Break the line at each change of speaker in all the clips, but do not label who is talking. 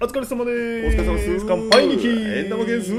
お疲れ様で
お疲れ様です。
乾杯にき
エンダマゲンス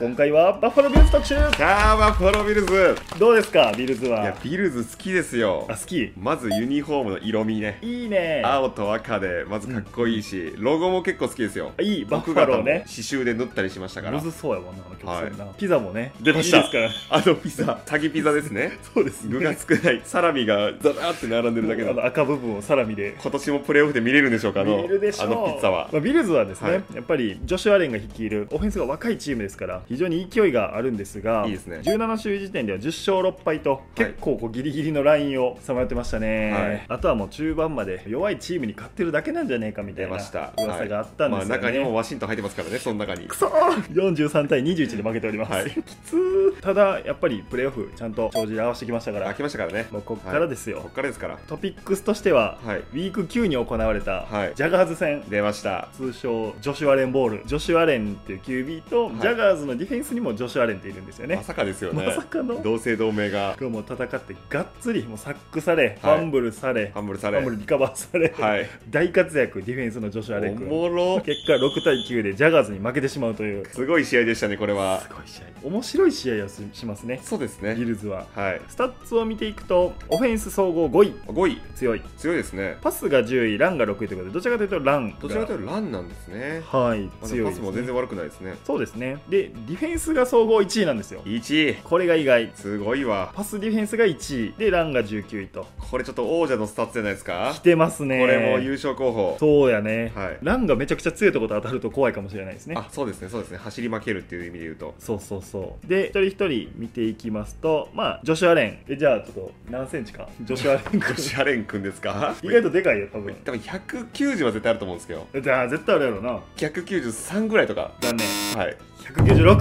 今回はバッファロービルズ特集
さあ、バッファロービルズ
どうですかビルズ
い
は
や、ビルズ好きですよ
あ。好き
まずユニフォームの色味ね。
いいね
青と赤で、まずかっこいいし、ロゴも結構好きですよ。
いいバッフ
僕
ァ
が
ローね
刺繍で塗ったりしましたから
む。ずそうやもんなあの曲線な、
は
ピザもね
出ました
いいですからね
あのピザ、タギピザですね。
そうですね
具が少ない、サラミがザラーって並んでるだけ
あの
の。
赤部分をサラミで
今年もプレーオフで見れるんでしょうか、あの
見れるでしょう
あのピッツァは。
まあ、ビルズはですね、
はい
やっぱりジョシュア・レンが率いるオフェンスが若いチームですから非常に勢いがあるんですが
いいですね
17周時点では10勝6敗と結構こうギリギリのラインをさまよってましたね、
はい
あとはもう中盤まで弱いチームに勝ってるだけなんじゃねえかみた
出
いな
ました。
噂があったんですよね、
はいまあ、中にもワシントン入ってますからね、その中に。
くそー43対21で負けております、
はい
きつーただやっぱりプレーオフちゃんと帳尻合わせてきましたから
開きましたからね。
もうこっからですよ
はいこっからですから。
トピックスとしては、
はい
ウィーク9に行われた
はい
ジャガーズ戦、
出ました。
通称ジョシュア・レンボールジョシュア・レンっていう QB と、
はい
ジャガーズのディフェンスにもジョシュア・レンっているんですよね
まさかですよね。
まさかの
同姓同名が
今日も戦ってがっつりもうサックされ、フ
はい
ァンブルされ
ハ
フ
ンブルされ
ァンブルリカバーされ、
はい
大活躍ディフェンスのジョシュア・レン
お
君
もろ
結果6対9でジャガーズに負けてしまうというす
すごい試合でしたねこれは
ごい試合面白い試合をししますね
そうです
ギ
ね
ルズは
はい
スタッツを見ていくとオフェンス総合5位
5位
強い
強いですね
パスが10位ランが6位ということでどちらかというとランが
どちらかというとランなんですね
はい
まあで
強
も
いで
パス
す
も全
ね
然悪くないですね
そうですねでディフェンスが総合1位なんですよ
1位
これが意外
すごいわ
パスディフェンスが1位でランが19位と
これちょっと王者のスタッツじゃないですか
来てます
こ
ね
れも優勝候補
そうやね、
はい
ランがめちゃくちゃ強いとこと当たると怖いかもしれないですね
あそうですねそうですね走り負けるっていう意味で言うと
そうそうそうで一人一人見ていきますとまあジョシュア・レンえじゃあちょっと何センチかジョシュア・レン
ゴシアレン君ですか
意外とでかいよ多分
多分190は絶対あると思うんですけど
じゃあ絶対あるやろうな
193ぐらいとか
残念
はい
196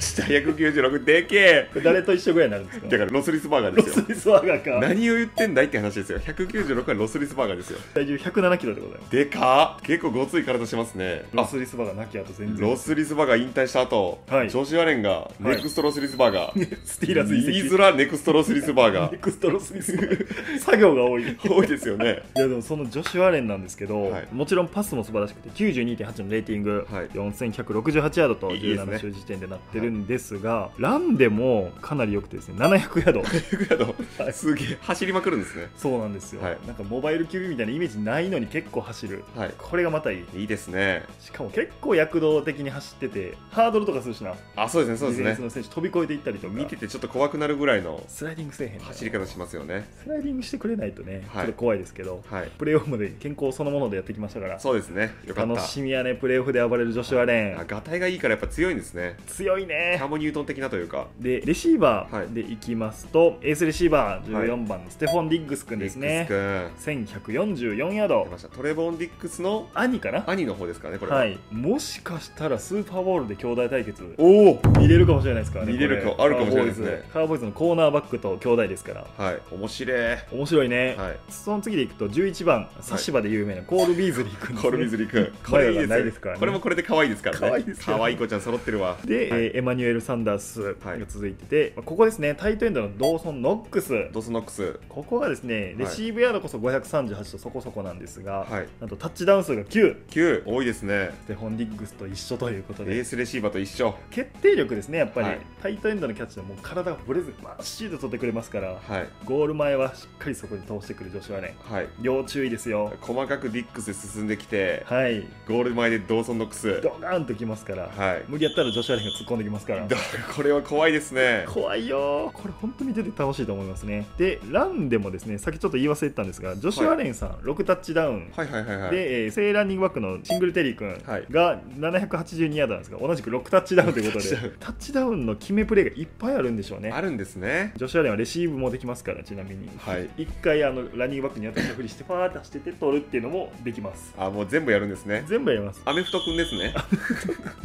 下196でけ
これ誰と一緒ぐらいになるんですか
えだからロスリスバーガー
ロ
です
ス
よ
リスワガーか
何を言ってんだいって話ですよ196はロスリスバーガーですよ
体重107キロでございます
でかっ結構ごつい体してますね
ロ
あ
スリスバーガーなきゃと全然
ロスリスバーガー引退した後、
はい
ジョシュアレンがネクストロスリスバーガー、
スティーラーズ移
言い
籍
づらネクストロスリスバーガ
ネ
ー
クストロスリスバーガー作業が多い
多いですよね
いやでもそのジョシュア・レンなんですけど、
はい
もちろんパスも素晴らしくて92.8のレーティング、
はい
4168ヤードと
いいですね
17周時点でなってるんですがランでもかなり良くてですね700ヤード
ぐらいのすげえ走りまくるんですね
そうなんですよ、
はい
なんかモバイル QB みたいなイメージないのに結構走る
はい
これがまたいい
いいですね
しかも結構躍動的に走っててハードルとかするしな
あそうですねそう
ディフェ
で
ン
す
ス
ね
の選手飛び越えていったりとか
見ててちょっと怖くなるぐらいの
スライディングせえへん
走り方しますよね
スライディングしてくれないとね、
はい
ちょっと怖いですけど
はい
プレーオフまで健康そのものでやってきましたから
そうですねよかっ
楽
た
しみやねプレーオフで暴れるジョシュア・レーン
あガタイがいいからやっぱ強いんですね
強い
キ
ね
ャ。モニュートン的なというか
で、レシーバ
は
ー
い
でいきますと、エースレシーバー
はい
14番のステフォン・ディッグス君ですね。
ディックス
1144ヤー
君出
ド
ま。したトレボン・ディックスの
兄かな
兄の方ですからねこれは
はい。もしかしたらスーパーボールで兄弟対決
おお
見れるかもしれないですからね。
見れるか
こ
あるかもしれないですね
カーボーイズカーボーイズのコーナーバックと兄弟ですから。
はい面白い
面白いね。
はい
その次でいくと11番、サシバで有名なコール・ビーズリー君です、ね。
コルビズ リ君
これいいですね前歯がないですからね
これもこれで可愛いですからね
可愛いですよね
可愛い子ちゃん揃ってるわ
で、
はい
えーエマニュエル・サンダース
は
が
い
続いてて、まあここですね、タイトエンドのドーソン・ノックス。
ドスノックス
ここがですね、レシーブヤードこそ538とそこそこなんですが、
はい
なんとタッチダウン数が9、
9多いですね
ステフォン・ディッグスと一緒ということ
エ
で
ー、スレシーバーと一緒
決定力ですね、やっぱり、
はい
タイトエンドのキャッチでもう体がぶれず、まっしーと取ってくれますから、
はい
ゴール前はしっかりそこに倒してくる女子はね、
はい
要注意ですよ。
細かくディックスで進んできて
はい、
ゴール前でドソンノックス
ドカーンときますから、
はい
無理やったら女子はねが突っ込んできますから
だ。これは怖いですね
怖いよーこれ本当見てて楽しいと思いますねでランでもですねさっきちょっと言い忘れてたんですがジョシュア・レンさん、6タッチダウン
はいはいはいはい
で、えー、正ランニングバックのシングルテリー君
はい
が782ヤードなんですが同じく6タッチダウンということで
6タッチダ
タッチダ
ウ
ウンの決めプレーがいっぱいあるんでしょうね
あるんですね
ジョシュアレンはレシーブもできますからちなみに、
はい
一回あのランニングバックに当たったふりしてファーッと走ってて取るっていうのもできます
あもう全部やるんですね
全部やります
アメフトくんですね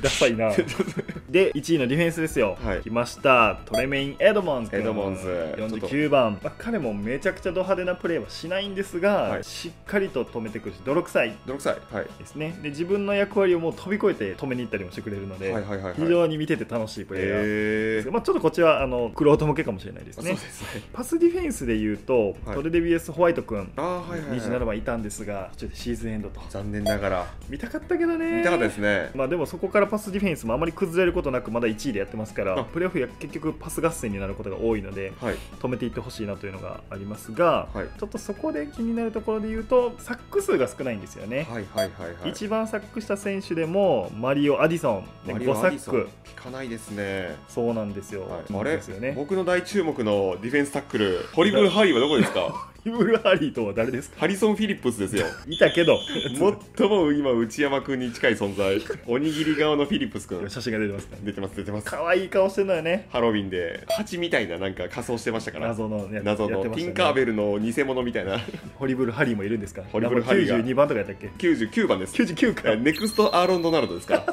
ダサいな
ダ
で1位のディフェンスですよ、
はい
来ましたトレメイン・エドモンズ君
エドモンズ
49番、まあ、彼もめちゃくちゃド派手なプレーはしないんですが、
はい
しっかりと止めてくるし泥臭い
泥臭い。はい。
ですねで自分の役割をもう飛び越えて止めに行ったりもしてくれるので、
はいはいはいはい。
非常に見てて楽しいプレーヤーで
え
す
ー
が、まあ、ちょっとこっちはあのクロート向けかもしれないです
あそう
ね
ですね。
パスディフェンスでいうと、
はい
トレデビエス・ホワイト君
ああー、はいはい、はい。
27番いたんですが途中でシーズンエンドと
残念ながら。
見たかったけどね
見たかったですね。
まあでもそこからパスディフェンスもあまり崩れることなくまだ1位でやってますか
あ
らプレーオフや結局パス合戦になることが多いので
はい。
止めていってほしいなというのがありますが
はい。
ちょっとそこで気になるところで言うとサック数が少ないんですよね、
はいはいはいはい。
一番サックした選手でもマリオ・アディソンで
マリオ
5サ
アディ
ッ
ソン
ク
聞かないですね。
そうなんですよ、
はい、
そう
あ
で
れ
すよ、ね
僕の大注目のディフェンスタックル、ホリブル・ハリーはどこで すか
イブル・ハリーとは誰ですか
ハリソン・フィリップスです よ。
いたけど
最も今、内山君に近い存 在、おにぎり側のフィリップス君。
写真が出てますね
出てます、出てます。
可愛い顔してるのよね
ハロウィンで、蜂みたいななんか仮装してましたから。
謎のやつ
謎
やっ
の
てま
テ
したね
ィンカーベルの偽物みたいな
ホリブル・ハリーもいるんですか
ホリブルハリーが
なんか92番とかやったっけ
99番です
99
え
か
ネクストアーロン・ドナルドです か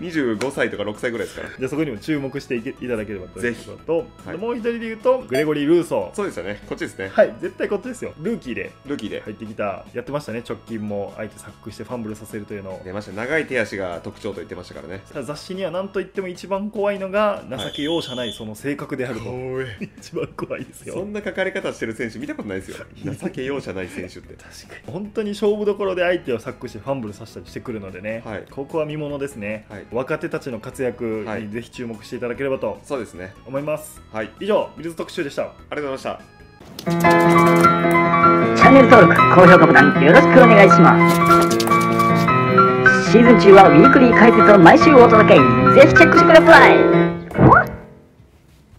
25歳とか6歳ぐらいですから
じゃあそこにも注目していけいただければということと
ひはい
もう一人で言うとグレゴリー・ルーソー
そうですよねこっちですね
はい絶対こっちですよルーキーで
ルーキーで
入ってきたやってましたね直近も相手サックしてファンブルさせるというのを
出ました長い手足が特徴と言ってましたからね
ただ雑誌には何と言っても一番怖いのが情け容赦ないその性格であると、 一番怖いです
そ
よ
んな書かれ方してる選手見たことないですよ情け容赦ない選手って
確かに本当に勝負どころで相手をサックしてファンブルさせたりしてくるのでね、
はい
ここは見ものですね、
はい
若手たちの活躍
はい
にぜひ注目していただければと
そうですね
思います、
はいあ
以
り
上ビルズ特集でした
がとうございました
チャンネル登録、高評価ボタンよろしくお願いします。シーズン中はウィークリー解説を毎週お届け。ぜひチェックしてください。